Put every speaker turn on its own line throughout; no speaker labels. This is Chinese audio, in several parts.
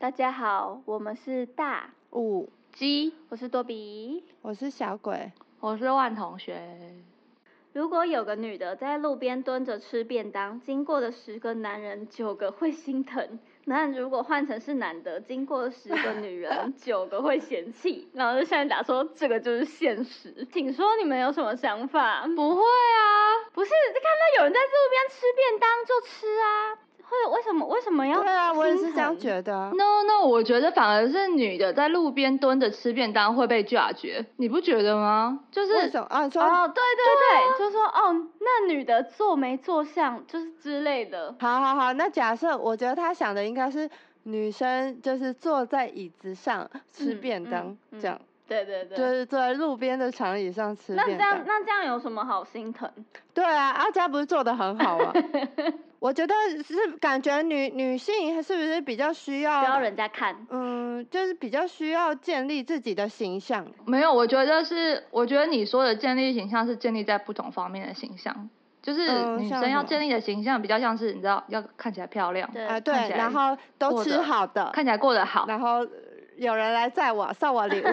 大家好，我们是大
五，
鸡，
我是多比。
我是小鬼，
我是万同学。
如果有个女的在路边蹲着吃便当，经过的十个男人九个会心疼；那如果换成是男的，经过的十个女人九个会嫌弃。然后就下面打说这个就是现实，请说你们有什么想法？
不会啊，
不是看到有人在路边吃便当就吃啊，会为什么为什么要？
对啊，我也是这样
得。
觉得啊。
No No，我觉得反而是女的在路边蹲着吃便当会被拒绝，你不觉得吗？就是
为什么啊？你说
哦，对对对，就说哦，那女的坐没坐相，就是之类的。
好好好，那假设我觉得他想的应该是女生就是坐在椅子上吃
嗯
便
嗯
当，
嗯
这样
对对
就
对。
是坐在路边的长椅上吃
那
便
这
当
样。那这样有什么好心疼？
对啊，阿佳不是做的很 好吗？我觉得是感觉女女性是不是比较需
不要
要，
人家看。
嗯，就是比较需要建立自己的形象。
没有，我觉得是，我觉得你说的建立形象是建立在不同方面的形象，就是
嗯
女
像
生
什
要
么
建立的形象比较像是，你知道，要看起来漂亮，
对
啊，
看
对，
起
然
来
后都
过
吃
得
好的，
看起来过得好。
然后呃有人来载我送 我礼物，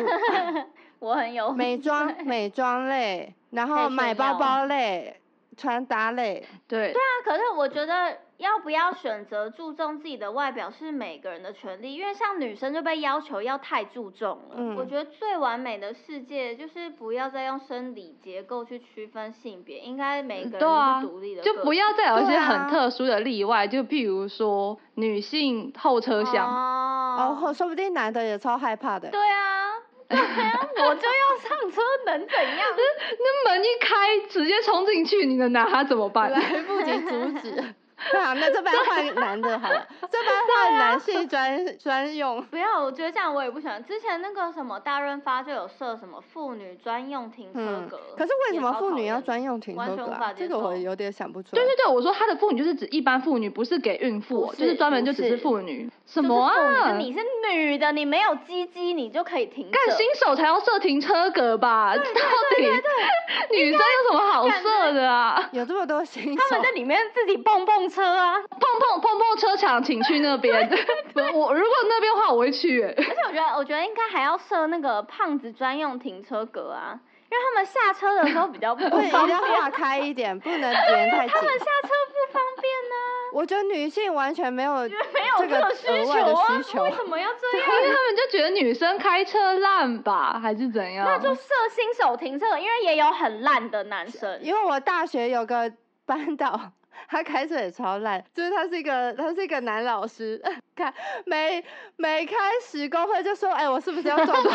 我很有
美妆美妆类，然后
配
买
炫
包
耀
包类，穿搭类，
对，
那 可是我觉得要不要选择注重自己的外表是每个人的权利，因为像女生就被要求要太注重了。
嗯
我觉得最完美的世界就是不要再用生理结构去区分性别，应该每个人
嗯
对
都
啊
是独立的个体，
就不要再有一
对
些
啊
很特殊的例外，就譬如说女性后车厢，
哦
哦，或说不定男的也超害怕的。
对啊，对啊，我就要上车，能怎 样？
那门一开直接冲进去，你能拿它怎么办？
来不及阻 止。对啊，那这班换男的好了，
啊
这班换男性专专用。
不要，我觉得这样我也不喜欢。之前那个什么大润发就有设什么妇女专用停车
嗯
格，，
可是为什
也
么
超
妇
讨
女要
厌
专用停
完
车
全
格
无
啊
法？接
这个我
受
有点想不出来。
对对对，我说她的妇女就是指一般妇女，不是给孕妇
不
哦，
是
就是专门
不
就只是
是
妇女。
就是
什么啊？
妇女是你是女的，你没有鸡鸡，你就可以停
干
车。
新手才要设停车格吧？ 到底女生有什么好设的啊？
有这么多新手
他，们在里面自己蹦蹦车啊，
碰碰碰碰车场，请去那边。 我我如果那边的话，我会去、 欸。
而且我觉得，我觉得应该还要设那个胖子专用停车格啊，因为他们下车的时候比 较不
对，一
方
定
便，
要划开一点，不能连太紧
他。 们下车不方便呢、
我觉得女性完全没有
没有
这个
个需
额外
求啊，
的需求
为。什 么要这样？
因为他们就觉得女生开车烂吧，还是怎样？
那就设新手停车格，因为也有很烂的男生。
因为我大学有个班导，他开车也超烂，就是他是一个他是一个男老师， 看每每开十公分就说，哎、我是不是要 撞到？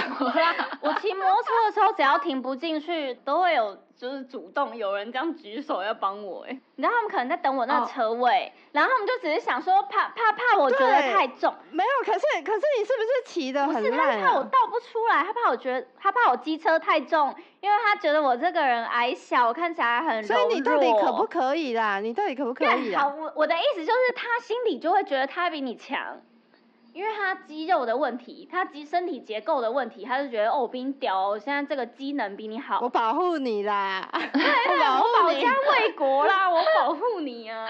我骑摩托车的时候，只要停不进去，都会有就是主动有人这样举手要帮我、哎，你知道他们可能在等我那个
哦
车位，然后他们就只是想说怕怕怕我觉得
对
太重，
没有，可是可是你是不是骑的
不是
很
他
烂、
怕我
啊？
倒不出来，他怕我觉得他怕我机车太重，因为他觉得我这个人矮小，我看起来很柔
所
弱。哦
以你到底可不可以啦？你到底可不可以
好，
啊？
我我的意思就是，他心里就会觉得他比你强，因为他肌肉的问题，他肌身体结构的问题，他就觉得哦，我比你屌、哦，我现在这个机能比你好，
我保护 你啦，
对
我
啦
保
我哎保
护
家
你。
卫国 啦，我保护你啊。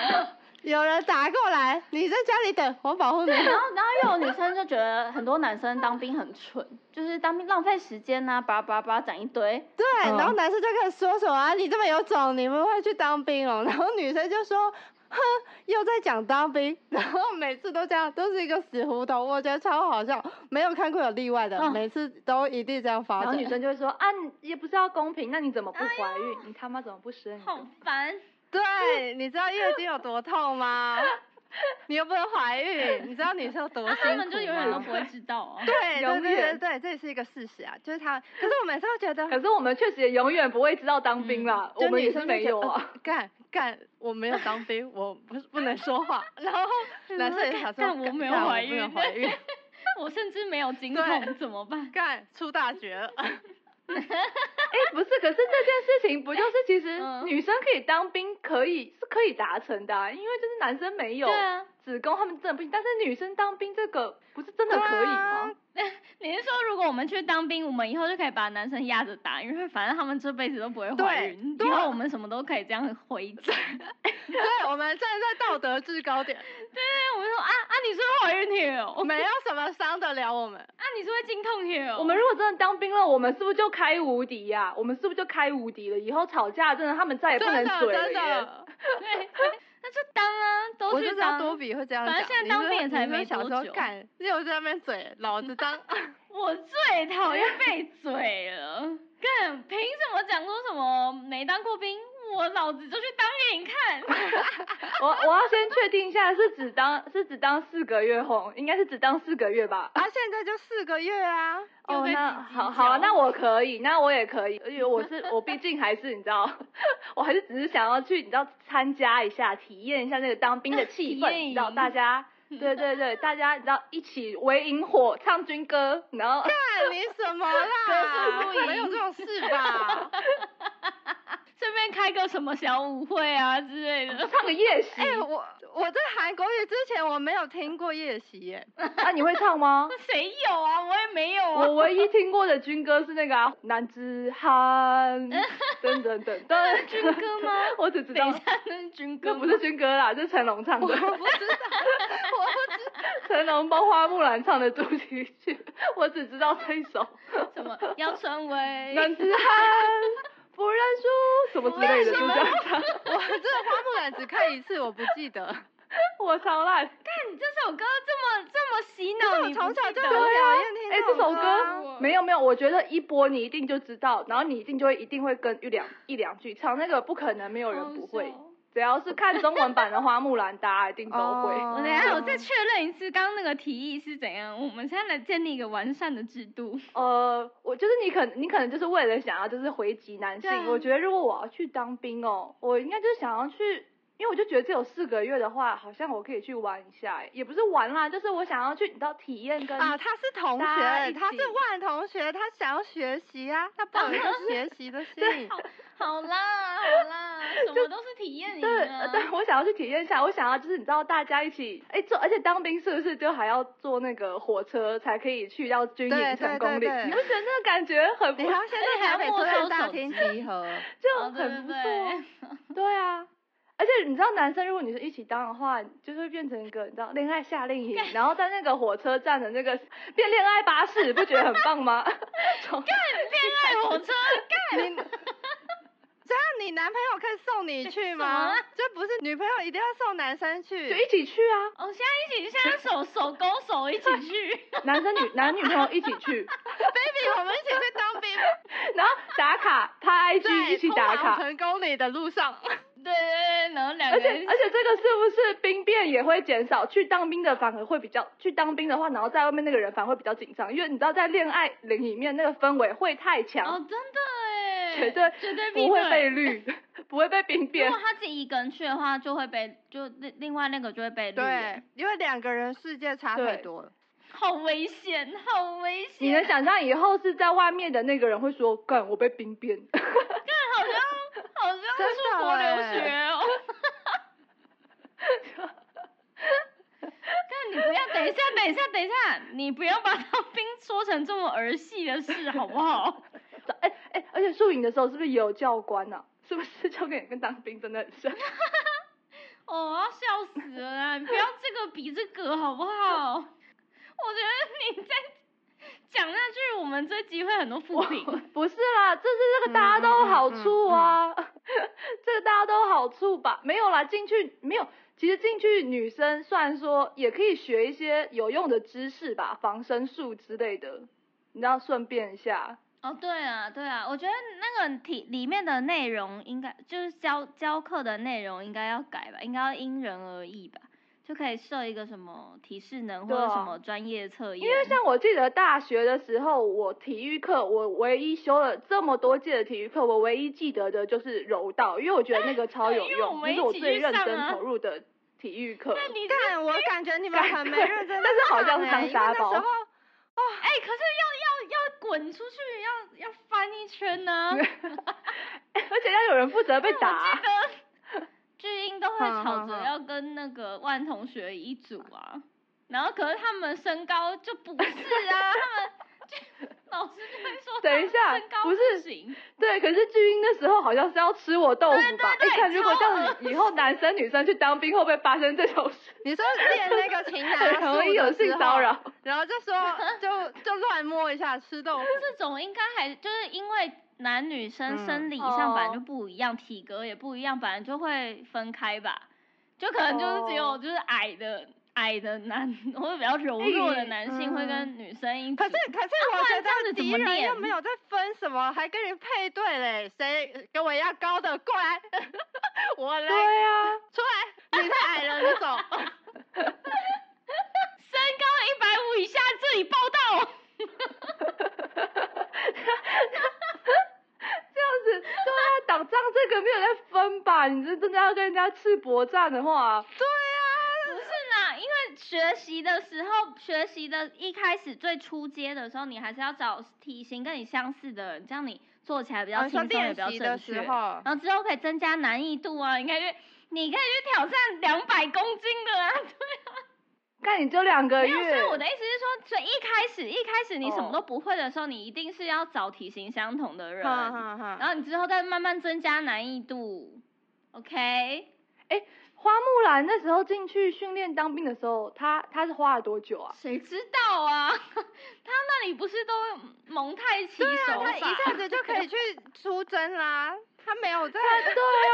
有人打过来，你在家里等，我保 护你。
然后，然后又有女生就觉得很多男生当兵很蠢，就是当兵浪费时间呐、叭叭叭讲一堆。
对，
嗯
然后男生就开始说什么、啊，你这么有种，你不会去当兵哦。 然后女生就说，哼，又在讲当兵， 然后每次都这样，都是一个死胡同，我觉得超好笑，没有看过有例外的，
嗯
每次都一定这样发
啊然后
展
女。生就会说啊，你也不是要公平，那你怎么不怀孕？你他妈怎么不生一个？
好 烦，
对，你知道月经有多痛吗？ 你又不能怀孕，你知道女生有多辛苦
啊
吗？
他们就永远都不会知道 哦。
对对
啊永
对对
远
对，这也是一个事实啊，就是他。可是我每次都觉得，
可是我们确实也永远不会知道当兵啦，
就
我们
女
也
生
是
就
没
觉
有
得
啊。
呃干干，我没有当兵，我不是不能说话。 然 后男生也
干
想说，
干我没有
干
怀
我没有
孕
怀孕，
我甚至没有经
对
痛，怎么办？
干出大绝了。
哎、 不是，可是这件事情不就是其实
嗯
女生可以当兵，可以是可以达成的、啊，因为就是男生没有。
对啊，
子宫他们真的不行，但是女生当兵这个不是真的可以吗？
啊
你是说如果我们去当兵，我们以后就可以把男生压着打，因为反正他们这辈子都不会怀
对
孕，
对
以后我们什么都可以这样回嘴。
对，我们站在道德制高点，
对，我们说啊啊，你是不是怀孕女 哦，
没有什么伤得了我们。
啊你是不是经痛女哦，
我们如果真的当兵了，我们是不是就开无敌呀、我们是不是就开无敌了？以后吵架真的他们
哎
再也不能
真的
嘴了
真
耶。
的，
对， 那就当啊，都
我
去
就知道
当。
多比会这样讲。
反正现在当兵也才
你是
没
小
多
时候
久
干，又在那边嘴，老 子当。啊
我最讨厌被嘴了，干凭什么讲说什么没当过兵，我老子就去当给你看。
我我要先确定一下，是只当是只当四个月后，应该是只当四个月吧。
啊，现在就四个月啊，
哦，
在
那
挤挤
好好啊，
脚
那我可以，那我也可以，而且我是我毕竟还是你知道， 我还是只是想要去你知道参加一下，体验一下那个当兵的气
体
氛，
验
你知道
营
大家。对对对，大家你知道一起围萤火唱军歌，然 后
干你什么啦？没有这种事 吧？
顺便开个什么小舞会啊之类的，
唱个夜袭
哎、。我我在韩国语之前我没有听过夜袭耶、
啊，你会唱吗？
谁有啊？我也没有啊。
我唯一听过的军歌是那个啊，男子汉， 等等等等，
军歌吗？
我只知
等
道
一，下，那是军歌
这
吗，
不是军歌啦，这是成龙唱的。
我不知道，我不知
成龙帮花木兰唱的主题曲， 我只知道这一首。
什么杨传伟。
男子汉不认输，什么之类的，就这样唱。
我真的花木兰只看一次，我不记得。
我超烂。
看你这首歌这么这么洗脑，
可是我
你
从
不
小
记
就
得
很
吗
讨厌听
哎、这
种
首
歌
歌
啊。
没有没有，我觉得一播你一定就知道，然后你一定就会一定会跟一两一两句唱，那个不可能没有人不会
好。笑
只要是看中文版的花木兰，大家一定都会。
哦
我等一下我再确认一次，刚刚那个提议是怎样？我们现在来建立一个完善的制度。
呃，我就是你可你可能就是为了想要就是回击男性
对啊，
我觉得如果我要去当兵哦，我应该就是想要去，因为我就觉得只有四个月的话，好像我可以去玩一下，欸也不是玩啦，就是我想要去，你知道体验跟
啊，他是同
大家
学，
一起
他是万同学，他想要学习啊，他抱有一个学习的心。
好啦，好 啦，什么都是体验营
对呃
啊。
对，我想要去体验一下，我想要就是你知道大家一起，哎，坐，而且当兵是不是就还要坐那个火车才可以去到军
对
营成功
对
岭？
对
你不觉得那个感觉很不
你还要先在台北车站大厅集合，
就
哎哦，对对
很不错啊？
对，
对啊，而且你知道，男生如果你是一起当的话，就是会变成一个你知道恋爱夏令营，然后在那个火车站的那个变恋爱巴士，不觉得很棒吗？从
恋爱火车
你这样你男朋友可以送你去吗
什么？
啊
就不是女朋友一定要送男生
就
去
一，起去啊，
哦，现在一起，现在手手勾手一起去，
男生女男女朋友一起去，
baby，我们一起去当兵，
然后打卡拍 IG
在
一起
通
打
往
卡。
成功里的路上。
对对对，然后两个
而且
人一起
而且这个是不是兵变也会减少？去当兵的反而会比较，去当兵的话，然后在外面那个人反而会比较紧张，因为你知道在恋爱林里面那个氛围会太强，
哦，真的哎，
绝对
绝对
不
必
会
对
被绿， 不会被兵
如
变
果。他自己一个人去的话，就会被就另另外那个就会被绿
对
耶，，
因为两个人世界差太
对
多了。
好危险，好危险。
你能想象以后是在外面的那个人会说：“干，我被兵变。
好像好像
真的
出国留
欸
学哦。但你不要等一下，等一下，等一下，你不要把当兵说成这么儿戏的事，好不好？
哎哎，而且宿营的时候是不是也有教官呢、啊？ 是不是教官也跟当兵真的很像？
哦，我要笑死了啦！你不要这个比这个，好不好？我觉得你再讲下去，我们这集会很多负评。
不是啦，这是这个大家都有好处啊， 这个大家都有好处吧？没有啦，进去没有。其实进去女生虽然说也可以学一些有用的知识吧，防身术之类的，你知道顺便一下。
哦，对啊，对啊，我觉得那个题里面的内容应该就是教教课的内容应该要改吧，应该要因人而异吧，就可以设一个什么提示能或
对
者什
啊
么专业测验。
因为像我记得大学的时候，我体育课我唯一修了这么多届的体育课，我唯一记得的就是柔道，因为我觉得那个超有
哎因为我
用，
们
那
一
是我
起
最
去
认
上
真
啊
投入的体育课。
你这
但我感觉你们很没认真在上欸，
但是好像是当
因为
沙
那
包
时候
哎、可是要要要滚出去，要要翻一 圈呢、
而且要有人负责被打
我记，得巨婴都会会
哼
吵
哼
着
哼
要跟那个万同学一组啊，然后可是他们身高就不是啊，他们 就老师就会说
等一
他们
下
身高
不是
行，
对，可是巨婴那时候好像是要吃我豆腐吧？
对对对
一看如果这样
超
子，以后男生女生去当兵会不会发生这种事？
你说练那个擒
很
拿
容
术
易有
啊的时
性骚
候，
扰。
然后就说就就乱摸一下吃豆腐，
这种应该还就是因为男女生
嗯
生理上本来
哦
就不一样，体格也不一样，本来就会分开吧，就可能就是只有
哦
就是矮的。矮的男或者比较柔弱的
哎
男性会
嗯
跟女生一起，
可是可是
不
我
然
觉
这样子
得
怎
敌
么
人又
练
没有在分什么，还跟你配对嘞，谁跟我一样高的过来， 我来
对啊，
出来，你太矮了，你 走。
身高一百五以下这里报道。
这样子，对啊，打仗这个没有在分吧？你这真的要跟人家赤膊战的话，
不是啦，因为学习的时候，学习的一开始最初阶的时候，你还是要找体型跟你相似的人，这样你做起来比较
啊
轻
说
松，也比
练
较
习的
正
时
确。
候，
然后之后可以增加难易度啊，你可以去，你可以去挑战两百公斤的啊。
看你就两个
没有，所
月
以，我的意思是说，所以一开始一开始你什么
哦
都不会的时候，你一定是要找体型相同的人，
哈哈
然
哈。
后你之后再慢慢增加难易度。OK，
花木兰那时候进去训练当兵的时候，她她是花了多 久啊？
谁知道啊？ 他那里不是都蒙太奇
对啊，
手
他一下
法？
子就可以去出征啦，他没 有在
对啊，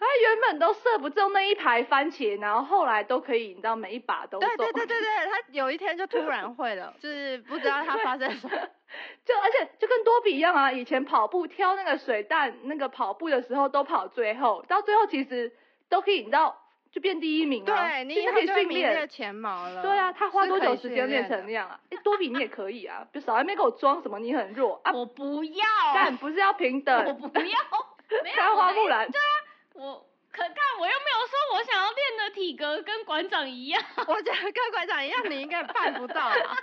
她原本都射不中那一排番茄，然后后来都可以，你知道每一把都中。
对对对对对，他有一天就突然会了，就是不知道他发生什么。
就而且就跟多比一样啊，以前跑步挑那个水弹，那个跑步的时候都跑最后，到最后其实都可以，你知道就变第一名啊。
对你
就
以
是
后
可以
就会
训
名列
练。
前茅了。
对啊，他花
是
多
可以
久时间
训
练
练
成
的
那 样啊？哎、多比你也可以啊，就少在那边给我装什么你很弱啊，
我不要，
但不是要平
我
等。
不要，没有
看花木，兰，
我我可看我又没有说我想要练的体格跟馆长一样，
我觉得跟馆长一样，你应该办不到 啦。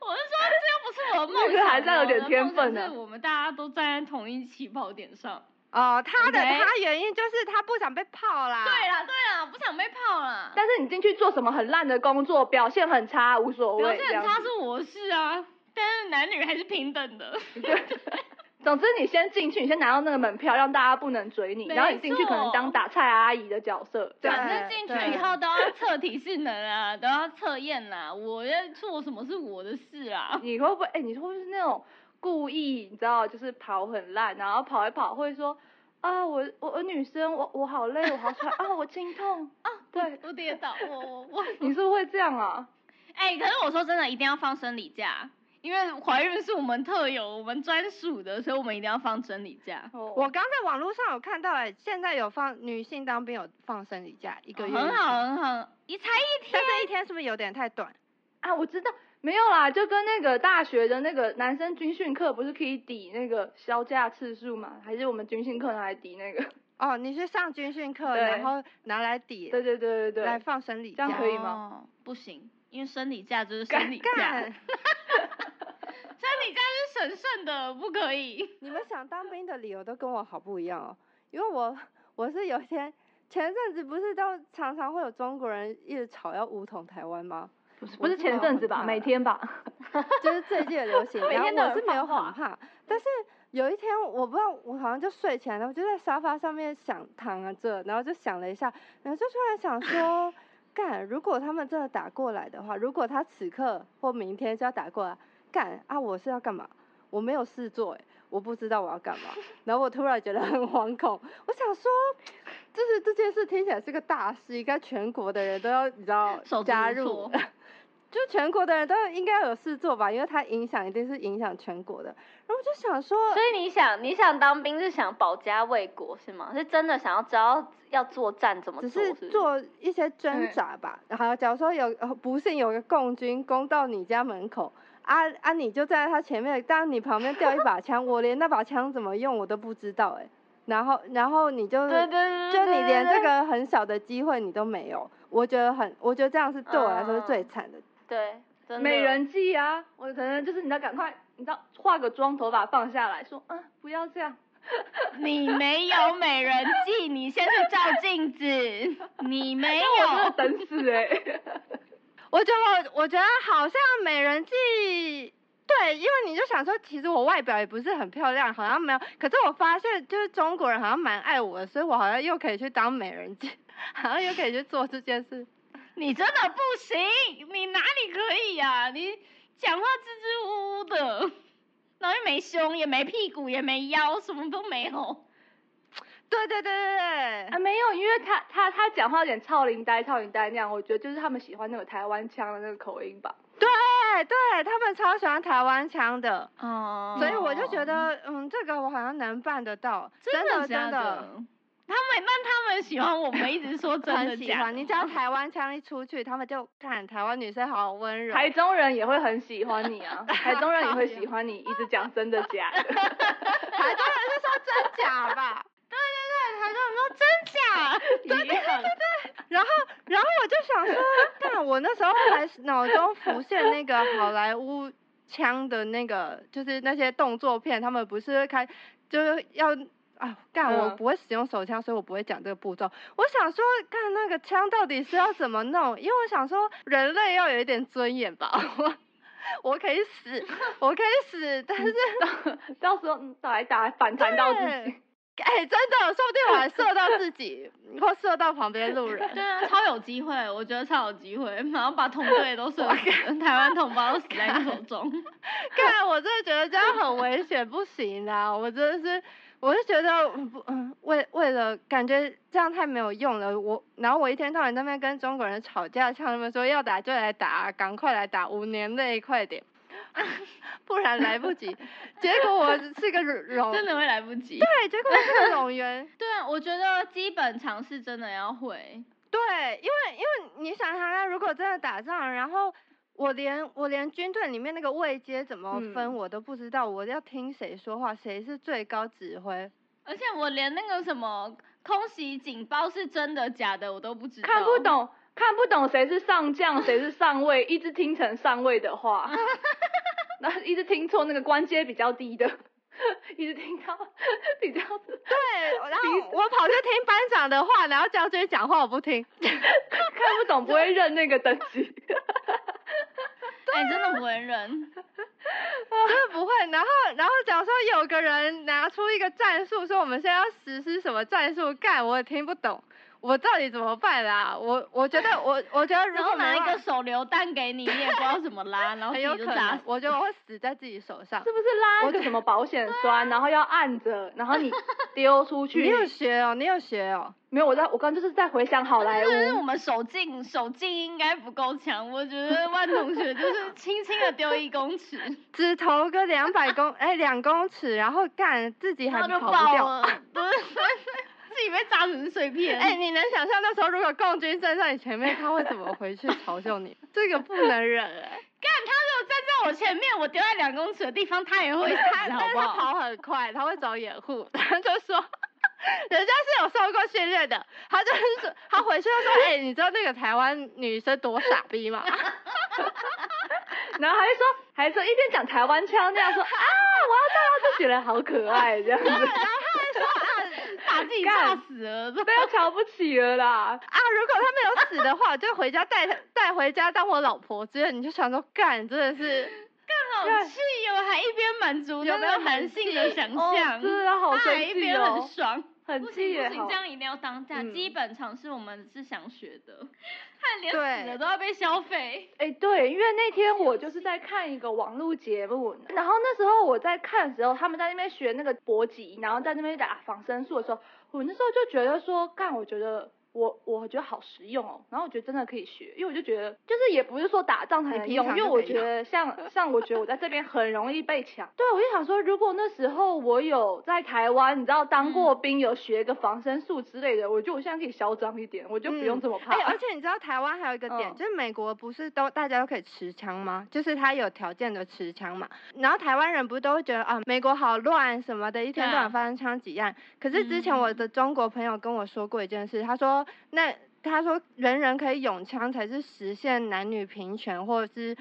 我是说这又不是我的梦
那个
想啊，
还是要有点天分啊
的。
的
是我们大家都站在同一起跑点上。
哦，他的
OK
他原因就是他不想被泡啦。
对啦对啦，不想被泡啦。
但是你进去做什么很烂的工作，表现很差无所谓。
表现
这
很
样
差
子
是我是啊，但是男女还是平等的。
总之，你先进去，你先拿到那个门票，让大家不能追你，
没
然后你进去可能当打菜阿姨的角色，这样
反
对
正进去以后都要测体适能啊，都要测验啦。我要做什么是我的事啊。
嗯
你会不会？哎、你会不会是那种故意？你知道，就是跑很烂，然后跑一跑会说啊，我我我女生，我我好累，我好喘啊，我经痛。
啊，
对
我跌倒，我我我。
你是不是会这样啊？
哎、可是我说真的，一定要放生理假，因为怀孕是我们特有、我们专属的，所以我们一定要放生理假。
哦
我刚在网络上有看到、哎，现在有放女性当兵有放生理假一个月、
很好，，很好，一才一天
但。是一天是不是有点太短？
啊，我知道，没有啦，就跟那个大学的那个男生军训课不是可以抵那个休假次数吗？还是我们军训课拿来抵那个？
哦，你是上军训课，
对
然后拿来抵
对对对对对。
来放生理假
这，样可以吗
哦？不行，因为生理假就是
干
生 理假，
干
生，理假是神圣的，不可以。
你们想当兵的理由都跟我好不一样哦，因为我我是有一天前阵子不是都常常会有中国人一直吵要武统台湾吗？
不是
我
不是
是
前
没有
阵
很
子吧，
怕
每
啦
天吧。
就是最近的流行。
每
然后
天都有
我是
人
没有
放话
很怕，但是有一天我不知道，我好像就睡前了，我就在沙发上面想躺着，然后就想了一下，然后就突然想说，干，如果他们真的打过来的话，如果他此刻或明天就要打过来，干啊，我是要干嘛？我没有事做、欸，我不知道我要干嘛。然后我突然觉得很惶恐，我想说，就是这件事听起来是个大事，应该全国的人都要你知道
手足
加
无
入
措，
就全国的人都应该有事做吧，因为它影响一定是影响全国的。然后我就想说，
所以你想，你想当兵是想保家卫国是吗？是真的想要知道要作战怎么
只
做
是
不是
做一些挣扎吧。然后假如说有呃不幸有个共军攻到你家门口，啊啊，你就站在他前面，但你旁边掉一把枪，我连那把枪怎么用我都不知道哎、然后然后你就
对对对，
就你连这
对
个很小的机会你都没有，我觉得很，我觉得这样是对我来说是
嗯
最惨的。
对，真的
美人计啊啊，我可能就是你要赶快，你知道化个妆，头发放下来，说，嗯，不要这样，
你没有美人计，你先去照镜子。你没
我真的
有，
等死哎、
我觉得我我觉得好像美人计，对，因为你就想说，其实我外表也不是很漂亮，好像没有。可是我发现，就是中国人好像蛮爱我的，所以我好像又可以去当美人计， 好像又可以去做这件事。
你真的不行，你哪里可以呀、你讲话支支吾吾的，然后又没胸，也没屁股，也没腰，什么都没有。
对对对对
啊，
对，
没有，因为他他他讲话有点超龄呆超龄呆那样，我觉得就是他们喜欢那种台湾腔的那个口音吧。
对对，他们超喜欢台湾腔的，
哦
所以我就觉得，嗯，这个我好像能办得到，
真
的
假
真的。
他们那他们喜欢我们一直说真的
很喜
假的
欢，你只要台湾腔一出去，他们就看台湾女生好温柔。
台中人也会很喜欢你 啊，台中人也会喜欢你，一直讲真的假的。
台中人是说真假吧？
对，台中人说 真假，
一样，
然后，然后我就想说，但我那时候还是脑中浮现那个好莱坞枪的那个，就是那些动作片，他们不是会开，就是要啊，干我
嗯
不会使用手枪，所以我不会讲这个步骤。我想说，干那个枪到底是要怎么弄？因为我想说，人类要有一点尊严吧， 我。我可以死， 我可以死，但是
到时候嗯打来打来反弹嗯到自
对
己。
哎、真的，说不定我还射到自己，或射到旁边路 人。
对啊，超有机会，我觉得超有机会，然后把同队都射死， 台湾同胞都死在你手中。
看，我真的觉得这样很危险，不行的、我真的是，我是觉得不，嗯，为为了感觉这样太没有用了。我，然后我一天到晚在那边跟中国人吵架，像他们说要打就来打，赶快来打，五年内快点， 不然来不及。结果我是个 冗，
真的会来不及。
对，结果我是个冗员。
对啊，我觉得基本常识真的要会。
对，因为因为你想想看，如果真的打仗，然后我连我连军队里面那个位阶怎么分
嗯
我都不知道，我要听谁说话，谁是最高指 挥，
而且我连那个什么空袭警报是真的假的我都不知道，
看不。懂，看不懂谁是上将，谁是上尉，一直听成上尉 的话，然后一直听错那个官阶比较低的，一直听到比较
对，然
彼
后我跑去听班长的话，然后将军讲话我不听，
看不懂，不会认那个等级。
哎、真的不会认。
真的不会。然后然后假如说有个人拿出一个战术，说我们现在要实施什么战术，干我也听不懂，我到底怎么办啦、我我觉得我我觉得如
然
果
后拿
没
一
办
个手榴弹给你，你也不知道怎么拉，然后自
很
己
有
就
可
炸
能
死，。
我 觉得我会死在自己手上。
是不是拉
我
一个什么保险栓，然后要按着，然后你丢出去？
啊 你有学哦，你有学哦。
没有？我在我刚就是在回想好 莱
但
啊
是我
坞。
们手劲手劲应该不够强，我觉得万同学就是轻轻的丢一公尺，
只投个两百 公，哎、两公尺，然后干自己
然
还
后就
跑
爆
不掉。
了，对，自己被炸成碎片。
哎、你能想象那时候如果共军站在你前面，他会怎么回去嘲笑你？ 这个不能忍哎、
干他如果站在我前面，我丢在两公尺的地方，他也 会
他
死，好
但是
不
他
好？
跑很快，他会找掩护，他就说。 人家是有受过训练的，他就是说，他回去就说，哎、你知道那个台湾女生多傻逼吗？ 啊
然后还说，还说一边讲台湾腔那样说啊，我要到，就觉得好可 爱这样子，
把自己炸死了，
被他瞧不起了啦。
啊，如果他没有死的话，我就回家带他带回家当我老婆之类，你就想说，干，真的是。
好气哦！还一边满足那
有没有
个男性的想象，
哦是啊好
他还
生
一
气
边
哦
很爽。
很
不
气
行
也
不行，
好
这。样一定要当下。
嗯
基本常识我们是想学的，看连
对
死了都要被消费。
哎、对，因为那天我就是在看一个网络节目，然后那时候我在看的时候，他们在那边学那个搏击，然后在那边打防身术的时候，我那时候就觉得说，干，我觉得我我觉得好实用哦，然后我觉得真的可以学，因为我就觉得就是也不是说打仗才能
你平
用，
常
因为
就
我
可以
觉得 像像我觉得我在这边很容易被抢，对，我就想说，如果那时候我有在台湾，你知道当过
嗯
兵，有学个防身术之类的，我觉得我现在可以嚣张一点，我就不用
嗯
这么怕。
哎、而且你知道台湾还有一个点，
嗯
就是美国不是都大家都可以持枪吗？就是他有条件的持枪嘛。然后台湾人不是都会觉得啊，美国好乱什么的，一天
对
到
啊
晚发生枪击案。可是之前我
嗯
的中国朋友跟我说过一件事，他说那他说人人可以拥枪才是实现男女平权或者是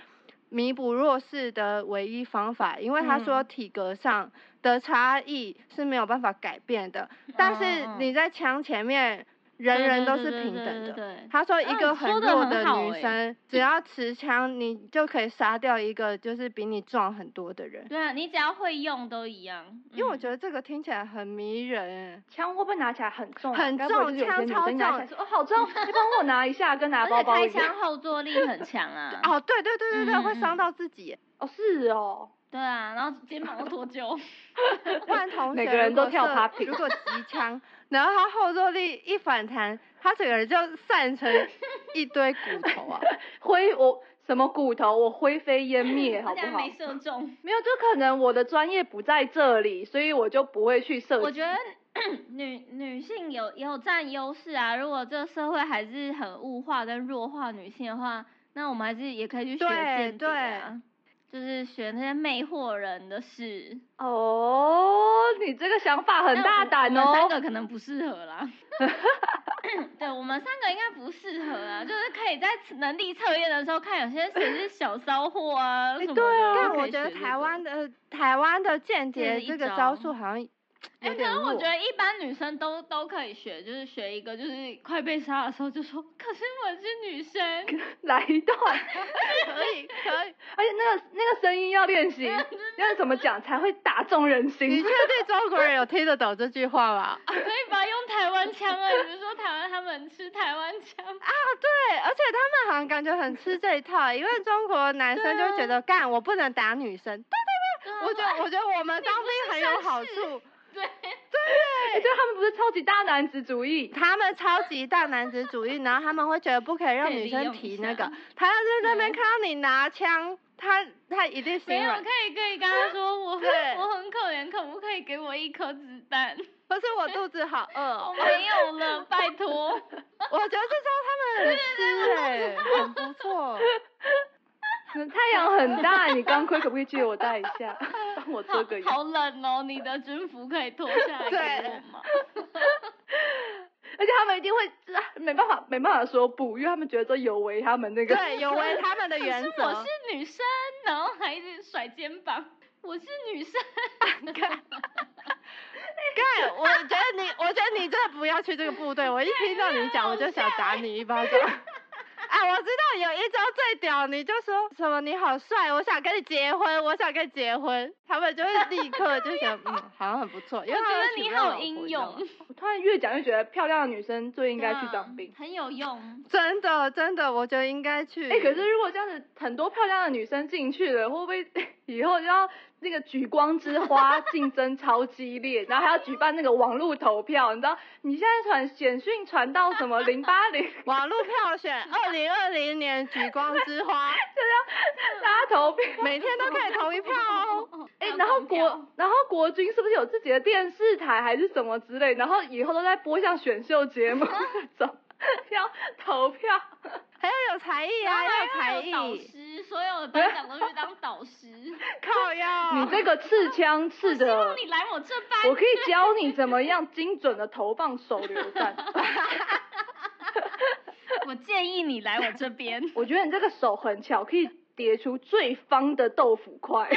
弥补弱势的唯一方法，因为他说
嗯
体格上的差异是没有办法改变的，但是
嗯嗯
你在墙前面，人人都是平等
嗯对对对对
的。
对对
他说一
嗯
个
说
很
得
弱
很
的
好
女
欸
生，只要持枪，你就可以杀掉一个就是比你壮很多的人。
对啊，你只要会用都一样。嗯
因为我觉
得
得这个听起来很迷人，
枪会不会拿起来很重啊？
很
该不会就是
重枪
有些女
超
生拿起来说哦好重，你帮我拿一下，跟拿
而
包
且
包
开
一样。
枪后坐力很强啊。
哦，对对对对对，会
嗯嗯
伤
嗯
到自己。
哦，是哦，
对啊，然后肩膀都脱臼。
换同学
每个人
如果
都跳
射
popping
如果击枪，然后他后坐力一反弹，他整个人就散成一堆骨头 啊！
灰我什么骨头，我灰飞烟灭，好
而
不
且还
好？
没射中。
没有，就可能我的专业不在这里，所以我就不会去设计。
我觉得 女女性有也有占优势啊。如果这个社会还是很物化跟弱化女性的话，那我们还是也可以去学
对
间谍啊，就是学那些魅惑人的事。
哦，你这个想法很
但
大
我
胆
我们三
哦。
个可能不适合 啦。 对我们三个应该不适合啊，就是可以在能力测验的时候看有些谁是小骚货啊什么的。
对啊
就
但
可以
我觉得
学这
台
个
湾的台湾的间谍
一
这个
招
招数好像有
哎，可
点
是
弱。
我觉得一般女生都都可以学，就是学一个，就是快被杀的时候就说，可是我是女 生，
来一段，
可以可以，
而且那个那个声音要练习，要怎么讲才会打中 人
你
心
确？定中国人有听得懂这句话 吗？
啊可以吧？用台湾腔啊，你们说台湾他们吃台湾腔，
啊，对，而且他们好像感觉很吃这一套，因为中国男生就会觉得干我不能打女生。啊我觉得我觉得我们当兵很有好处。
啊对，
哎，对，他们不是超级大男子主义，
他们超级大男子主义，然后他们会觉得不可以让
可以
女
利
生
用
提啊
一
那
下
个，他要是那边
对
看到你拿枪，他他一定
没
心
有
软
可。以可以跟他说我很
对
我很可怜，可不可以给我一颗子弹？
可是我肚子好饿
我
哦，
没有了，拜托。
我觉得这招他们很吃哎、 很不错。
嗯太阳很大，你钢盔可不可以借我戴一下， 帮我遮个眼？
好冷哦，你的军服可以脱下来给
对
我 吗？
而且他们一定会知没办法没办法说不，因为他们觉得这有违他们那 个。
对，有违他们的原
可是我
则
是。女生，然后还一直甩肩膀。我是女 生，
干，我觉得你，我觉得你真的不要去这个部队。我一听到你讲，我就想打你一 巴掌。哎，我知道有一招最屌，你就说什么你好帅，我想跟你结婚，我想跟你结婚，他们就会立刻就想，嗯，好像很不错，因
我
为
觉
他们
得
娶
你
不到
好
老婆
英
你知道吗
勇，
我突然越讲越觉得漂亮的女生最应该去
对啊
当兵。
很有 用。
真的真的，我觉得应该去。
哎、可是如果这样子，很多漂亮的女生进去了，会不 会以后就要那个举光之花竞争超激烈，然后还要举办那个网络投票？你知道你现在传简讯传到什么零八零，
网络 票选二零二零年举光之花，
大家投票？
每天都可以投 一票哦。
还
哎、
有
然后
绑
国
票
然后国军是不是有自己的电视台还是什么之类？然后以后都在播像选秀节 目那种，要投票。
还要有才艺
然
啊，
后
要
还
有才艺，
导师，所有的班长都去当导 师。
靠腰。啊
你这个刺枪刺
希
的
望，你来我这班。
我可以教你怎么样精准的投放手榴弹。
我建议你来我这 边。
我觉得你这个手很巧，可以叠出最方的豆腐 块。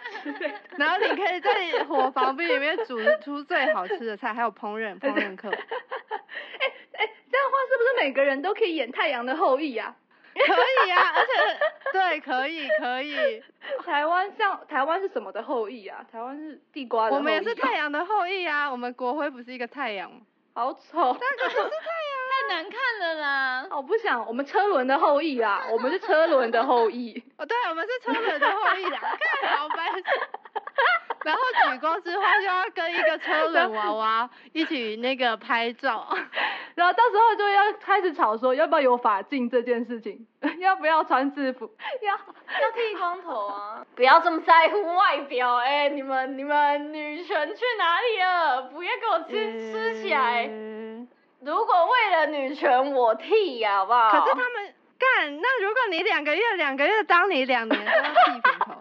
然后你可以在伙房壁里面煮出最好吃的菜，还有烹饪烹饪课，
哎，这样的话是不是每个人都可以演《太阳的后裔》啊？
可以啊，而且对，可以可以，
台湾像台湾是什么的后裔啊？台湾是地瓜的后裔啊、
我们也是太阳的后裔啊，我们国徽不是一个太阳吗？
好丑，
啊太难看了 啦。
我哦不想。我们车轮的后裔啊，我们是车轮的后裔。
哦，对，我们是车轮的后裔啊，看好白痴。然后举光之花就要跟一个车轮娃娃一起那个拍 照，
然后到时候就要开始吵说要不要有法镜这件事情，要不要穿制服，要
要剃光头啊！不要这么在乎外表，哎、你们你们女权去哪里了？不要给我吃吃起来！
嗯
如果为了女权，我剃呀、好不好？
可是他们干，那如果你两个月两个月当你两年都要剃平头，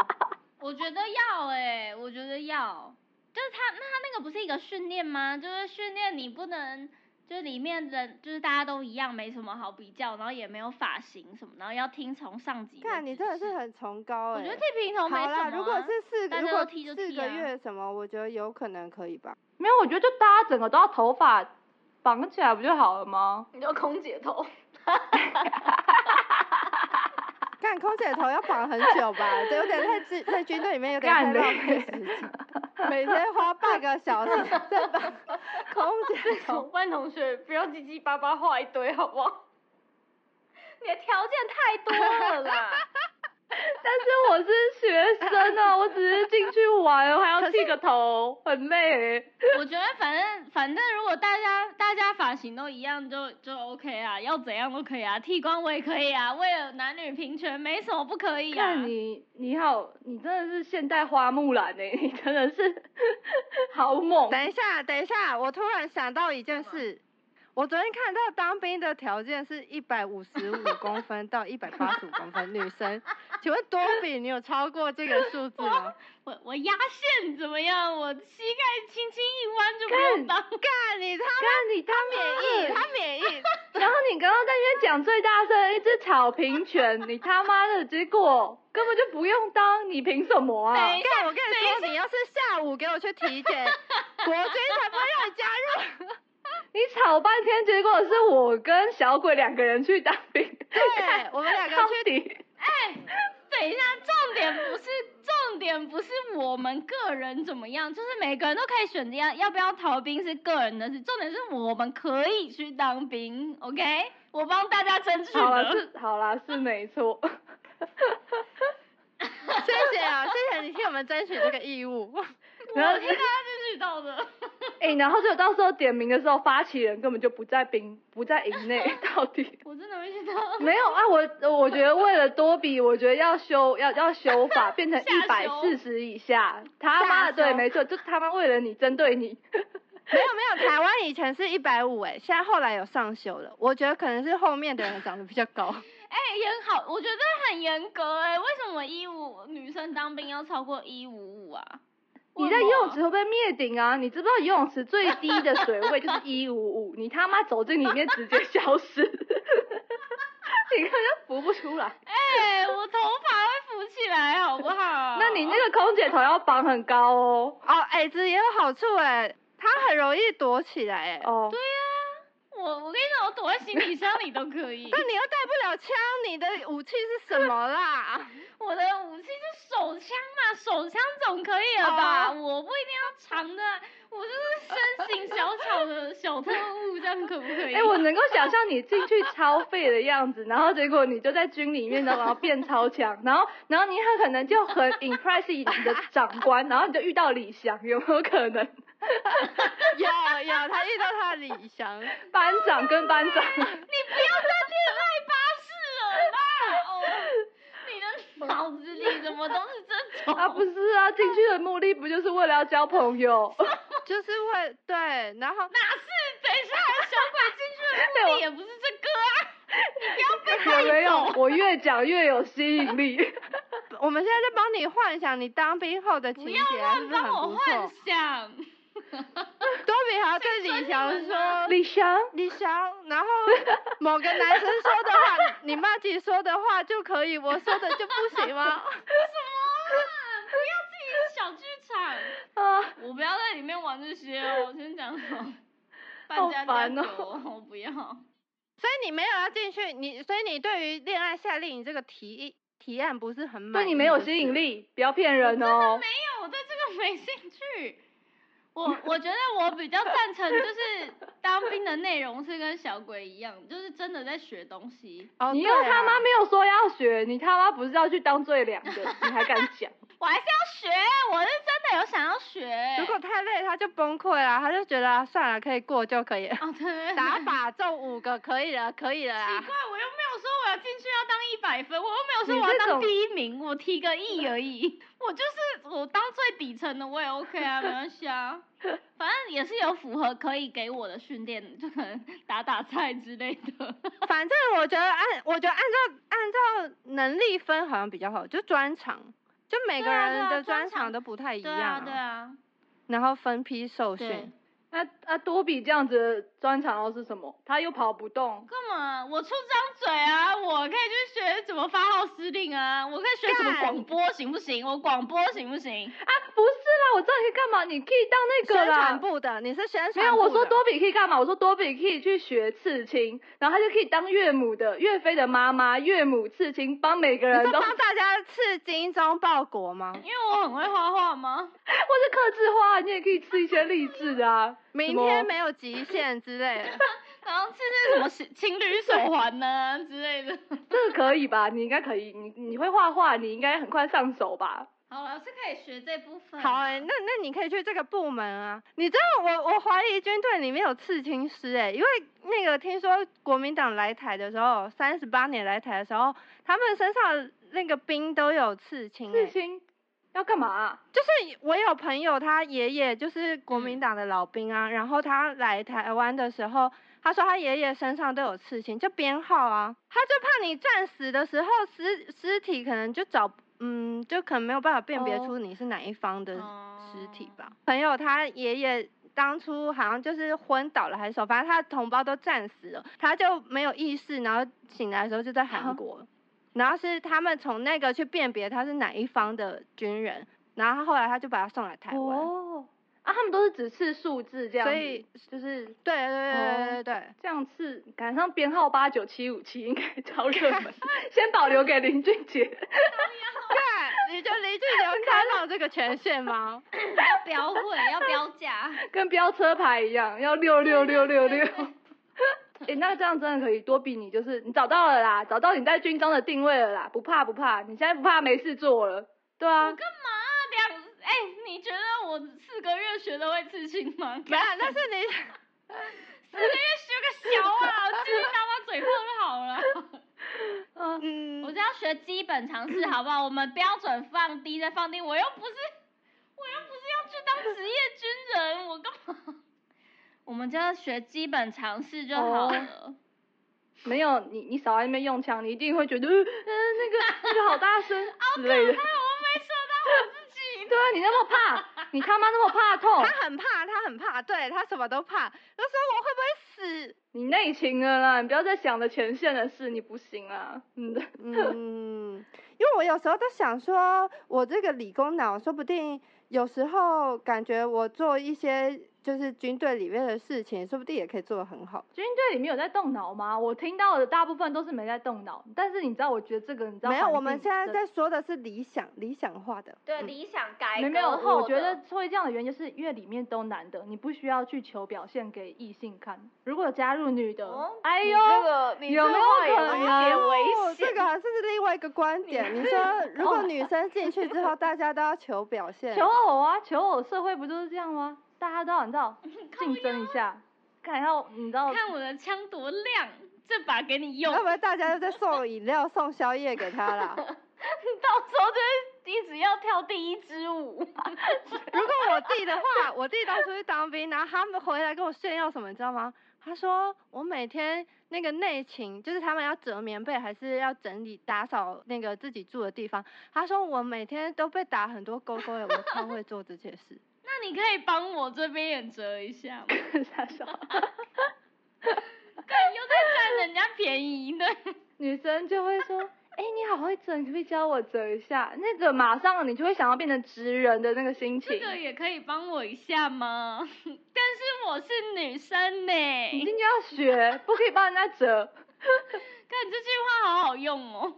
我觉得要哎、我觉得要，就是他那他那个不是一个训练吗？就是训练你不能就是里面人就是大家都一样，没什么好比较，然后也没有发型什么，然后要听从上级。
看你真的是，很崇高
我
哎、
觉得剃平头没
好
什么啊、
啦，如果是四
大
如
家都
果
剃就
四
剃
个
啊
月什么，我觉得有可能可以吧。
没有，我觉得就大家整个都要头发绑起来不就好了吗？
你叫空姐 头，
看空姐头要绑很久吧，这有点太自在军队里面有点太
干
浪费时 间，每天花半个小时在绑空姐
我
头。
们班同学不要叽叽巴巴画一堆好不 好？你的条件太多了啦，
但是我是学生啊，我只是进去玩，我还要剃个头，很累、
我觉得反正反正如果大家大家发型都一样就就 OK 啊，要怎样都可以啊，剃光我也可以啊，为了男女平权没什么不可以啊
看。你，你好，你真的是现代花木兰哎、你真的是好猛。
等一下，等一下，我突然想到一件事，我昨天看到当兵的条件是一百五十五公分到一百八十五公分，女生，请问多比你有超过这个数字吗？
我我压线怎么样？我膝盖轻轻一弯就不用当。
干你他
看你他
免疫，他免疫，
然后你刚刚在那边讲最大声，一只草坪犬，你他妈的结果根本就不用当，你凭什么啊
等？一
干我跟你说，你要是下午给我去体 检，国军才不会让你加入。
你吵半天，结果是我跟小鬼两个人去当兵。
对，我们两个
到
去
底
哎，等一下，重点不是重点不是我们个人怎么样，就是每个人都可以选择要要不要逃兵是个人的事，重点是我们可以去当兵，OK？我帮大家争取
好了
的。
是好了是没错。
谢谢啊，谢谢你替我们争取这个义务。
然后
我替大家争取到的。
哎、然后就到时候点名的时候，发起人根本就不在兵，不在营 内，到底。
我真的没去 当。
没有啊，我我觉得为了多比，我觉得要修要要修法，变成一
下
百
修
四十以下。他
下
妈的，
修
对，没错，就他妈为了你针对你。
没有没有，台湾以前是一百五哎，现在后来有上修了，我觉得可能是后面的人长得比较高。
哎、严好，我觉得很严格哎、为什么一五女生当兵要超过一五五啊？
你
为
在
什么
游泳池会被灭顶啊！你知不知道游泳池最低的水位就是 一五五？你他妈走进里面直接消失， 你根本就浮不出来。
哎、我头发会浮起来，好不好？
那你那个空姐头要绑很高哦。
哦，矮子也有好处哎，它很容易躲起来哎。
哦，
对啊，我我跟你讲，我躲在行李箱里都可 以。
但你又带不了枪，你的武器是什么啦？
我的武器就手枪嘛，手枪总可以了吧？
啊
哦
我不一定要长的，我就是身形小巧的小特务，这样可不可以？
哎、我能够想象你进去超废的样子，然后结果你就在军里面，然后变超强，然后然后你很可能就很 impress 你的长官，然后你就遇到李翔，有没有可能？
有有，他遇到他的理想。
班长跟班长，
你不要再恋爱巴士了啦！哦，你的脑子里怎么都是这种？
啊不是啊，进去的目的不就是为了要交朋友？
就是会对，然后
哪是？等一下，小鬼进去的目的也不是这个啊！你不要被带走。
有没有？我越讲越有吸引力。
我们现在在帮你幻想你当兵后的情
不
节，
要
是
乱
不是很
帮我
不
幻
啊
错？
想。
多比还要对李翔
谁准你们
说
啊
李翔，
李翔， 然后某个男生说的话，你骂姐说的话就可以，我说的就不
什
行吗？
么、啊？不要自己的小剧场！
啊，
我不要在里面玩这些哦，我先讲好。
好
搬家家
烦
酒
哦
哦，我不要。
所以你没有要进去，你所以你对于恋爱夏令营这个提议提案不是很满
对
意，
你没有吸
就是
引。力，不要骗人哦
没。有，我对这个没兴趣。我我觉得我比较赞成，就是当兵的内容是跟小鬼一样，就是真的在学东西。
哦，
你
对
又他妈
啊
没有说要学，你他妈不是要去当最良的，你还敢讲？
我还是要学，我是真的有想要学。
如果太累，他就崩溃了，他就觉得、啊算了，可以过就可以了，
哦对对对
打靶中五个可以了，可以了
奇
啊。
怪，我又没有说我要进去要当一百分，我又没有说
你
我要
这
当
种
第一名，我提个亿而已。我就是我当最底层的，我也 OK 啊，没关系 啊。反正也是有符合可以给我的训练，就可能打打菜之类 的。
反正我觉得按，我觉得按照按照能力分好像比较好，就专长，就每个
对啊对
人
啊
的
专
专
长
长都不太一
对
样、
啊，对啊，
然后分批受
对
训。。
那那多比这样子的专长又是什么？他又跑不动，啊
干嘛？我出张嘴啊！我可以去学怎么发号施令啊！我可以学怎么
干
广播，行不行？我广播行不行？
啊，不是啦，我知道你可以干嘛，你可以当那个
宣传
啦。
部的，啊你是宣传部
没
的。
有，我说多比可以干嘛？我说多比可以去学刺青，然后他就可以当岳母的岳飞的妈妈，岳母刺青，帮每个
你
人
说
都，或
帮大家刺精忠报国吗？
因为我很会画画吗？
是刻字花，你也可以刺一些励志的啊。
明
什么
天没有极限之类的。
然后是那什么是 情侣手环呢、之类的。
这个可以吧？你应该可以，你你会画画，你应该很快上手吧？
好了，是可以学这部分。
好哎、那那你可以去这个部门啊。你知道我我怀疑军队里面有刺青师哎、因为那个听说国民党来台的时候，三十八年来台的时候，他们身上那个兵都有刺青、
刺
欸，
青要干嘛啊、
就是我有朋友他爷爷就是国民
嗯
党的老兵啊，然后他来台湾的时候，他说他爷爷身上都有刺青，就编号啊，他就怕你战死的时候尸尸体可能就找嗯，就可能没有办法辨别
哦
出你是哪一方的尸体
哦
吧。朋友他爷爷当初好像就是昏倒了还是什么，反正他的同胞都战死了，他就没有意识，然后醒来的时候就在
啊
韩国，然后是他们从那个去辨别他是哪一方的军人，然后后来他就把他送来台湾。
哦，啊，他们都是只刺数字这样子，
所以
就是
对对对对对对，
这样刺，赶上编号八九七五七应该超热门，先保留给林俊杰。
看、你就 林俊杰开放这个权限吗？
要标会，要标 价。
跟飙车牌一样，要六六六六六。 诶，那这样真的可以多比你，就是你找到了啦，找到你在军中的定位了啦，不怕不怕，你现在不怕没事做了，对啊
我，干嘛、两哎、你觉得我四个月学的会刺青吗？
没有，那是 你。
四个月学个小啊，我继续当当嘴炮就好了。
嗯、
嗯，
我是要学基本常识，好不好？我们标准放低再放低，我又不是，我又不是要去当职业军人，我干嘛？我们就要学基本常识就好了。
没有你你少在那边用枪，你一定会觉得，嗯、呃那个那个好大声哦之类的。
哎、我没射到我自己。
对啊，你那么怕，你他妈那么怕痛，
他很怕，他很怕，对他什么都怕。他说我会不会死？
你内勤了啦，你不要再想着前线的事，你不行啊，嗯的。
嗯，因为我有时候都想说，我这个理工脑，说不定有时候感觉我做一些就是军队里面的事情，说不定也可以做得很好。
军队里面有在动脑吗？我听到的大部分都是没在动脑，但是你知道，我觉得这个你知道
没有，
环
我们
境
现在
的
在说的是理想理想化的。
对
嗯
理想改革
没没有，
后
我觉
的
得会这样的原因就是因为里面都男的，你不需要去求表现给异性看。如果有加入女的，
哦
哎
你
呦，
这个你
有
这
没
个
有
话也
可
哎有一点
能
危
哦，这
险。
个好像是另外一个观 点。你说，如果女生进去之后，大家都要求表现，
求偶啊，求偶社会不就是这样吗？大家都要你 知道竞争一下，
啊
看要你知道
看我的枪多亮，这把给你 用，
要
到
不然大家都在送饮料、送宵夜给他啦。
时候就会一直要跳第一支舞。
如果我弟的话， 我弟当初去当兵，然后他们回来跟我炫耀什么，你知道吗？他说我每天那个内勤，就是他们要折棉被，还是要整理打扫那个自己住的地方。他说我每天都被打很多勾勾的，我超会做这件事。
那你可以帮我这边也折一下吗？
下手。
对，又在占人家便宜， 对。
女生就会说：“哎、你好会折，你可不可以教我折一下？”那个马上你就会想要变成直人的那个心情
这。个也可以帮我一下吗？ 但是我是女生呢，
你今天要学，不可以帮人家折。
看这句话好好用哦。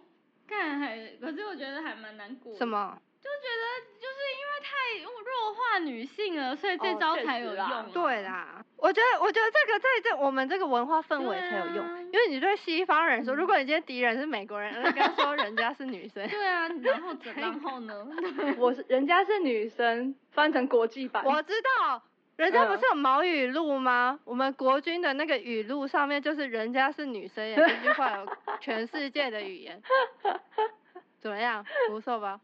看还，可是我觉得还蛮难过的。
什？么？
就觉得就是因为太弱化女性了，所以这
哦
招
确
才
实
有用、啊
啦
对，啦，我觉得我觉得这个在这我们这个文化氛围才有用，
对啊嗯
因为你对西方人说，如果你今天敌人是美国人，你跟他说人家是女生，
对 啊，然后怎然后 呢？
我是人家是女生，翻成国际版。
我知道。人家不
嗯
是有毛语录吗？我们国军的那个语录上面就是“人家是女生”，也这句话有全世界的语 言。怎么样，不错吧？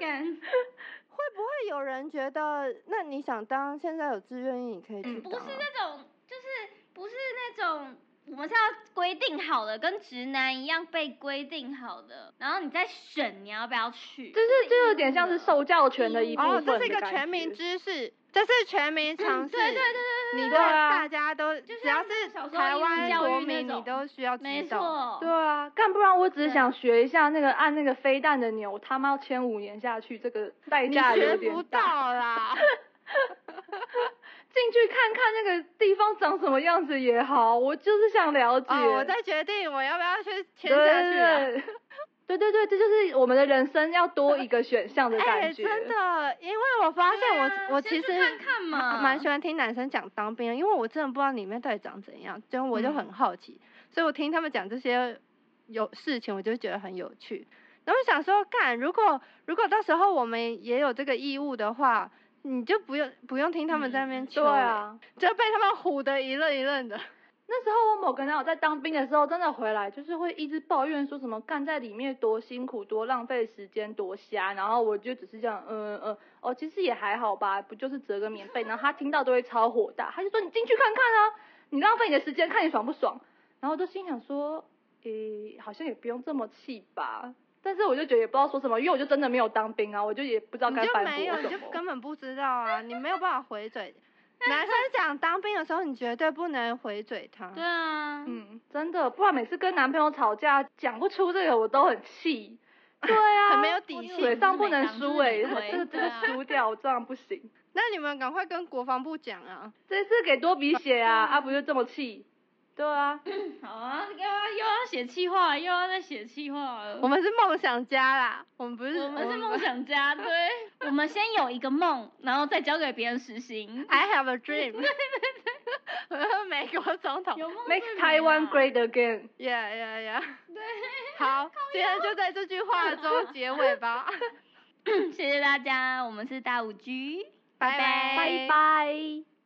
干
会不会有人觉得，那你想当现在有志愿役，你可以去
嗯不
当、啊
是那种，就是不是那种，我们是要规定好的，跟直男一样被规定好的，然后你再选你要不要去。
就是就有点像是受教权的一部
哦，
分的
这
感觉。
是一个全民知识，这是全民
啊
尝试。
嗯对对对对
你
对
看
对，啊
大家都
就
只要
像
是
小时候
台
英语
湾
教育
国
那
民，你
种
都需要
没
知道。
错，
对啊，干不然我只是想学一下那个按那个飞弹的钮，我他妈要签五年下去，这个代
你
价有
学
点
不
大。
到 啦，
进去看看那个地方长什么样子也好，我就是想了解。
哦，我再决定我要不要去签
对
下去啊。
对对对对对，这就是我们的人生要多一个选项的
哎、
感觉。
真的，因为我发现
对
我、
啊
我
先
其
去
实啊
看看嘛
蛮蛮喜欢听男生讲当兵的，因为我真的不知道里面到底长怎样，就我就
嗯
很好奇，所以我听他们讲这些有事情，我就觉得很有趣。然后我想说，干，如果如果到时候我们也有这个义务的话，你就不用不用听他们在那
嗯
边
对
说、，
啊，
就被他们唬得一愣一愣的。
那时候我某个男友在当兵的时候，真的回来就是会一直抱怨说什么干在里面多辛苦、多浪费时间、多瞎，然后我就只是这样，嗯嗯，哦，其实也还好吧，不就是折个棉被，然后他听到都会超火大，他就说你进去看看啊，你浪费你的时间，看你爽不爽。然后我就心想说，诶，好像也不用这么气吧。但是我就觉得也不知道说什么，因为我就真的没有当兵啊，我就也不知道
你
该
就
反驳
没有，你
什
就
么。
根本不知道啊，你没有办法回 嘴。男生讲当兵的时候，你绝对不能回嘴他。
对啊，
嗯，真的，不然每次跟男朋友吵架讲不出这个，我都很气。对啊，
很没有底气
水上不能输哎、
就是没
这个
当
这
就是没
个
当
输掉，这样不行。
那你们赶快跟国防部讲啊！
这次给多比写啊，啊不就这么气？对啊，
好啊，又要又要写气话，又要再写气话了。
我们是梦想家啦，我们不是，
我们是梦。想家，对，嗯 我们先有一个梦，然后再交给别人实行。
I have a dream。美国总统。
有梦
Make
最美
Taiwan
啊
great again。
Yeah yeah yeah。
对，
好，今天就在这句话中结尾吧，
谢谢大家，我们是大五 G，
拜
拜
拜
拜拜。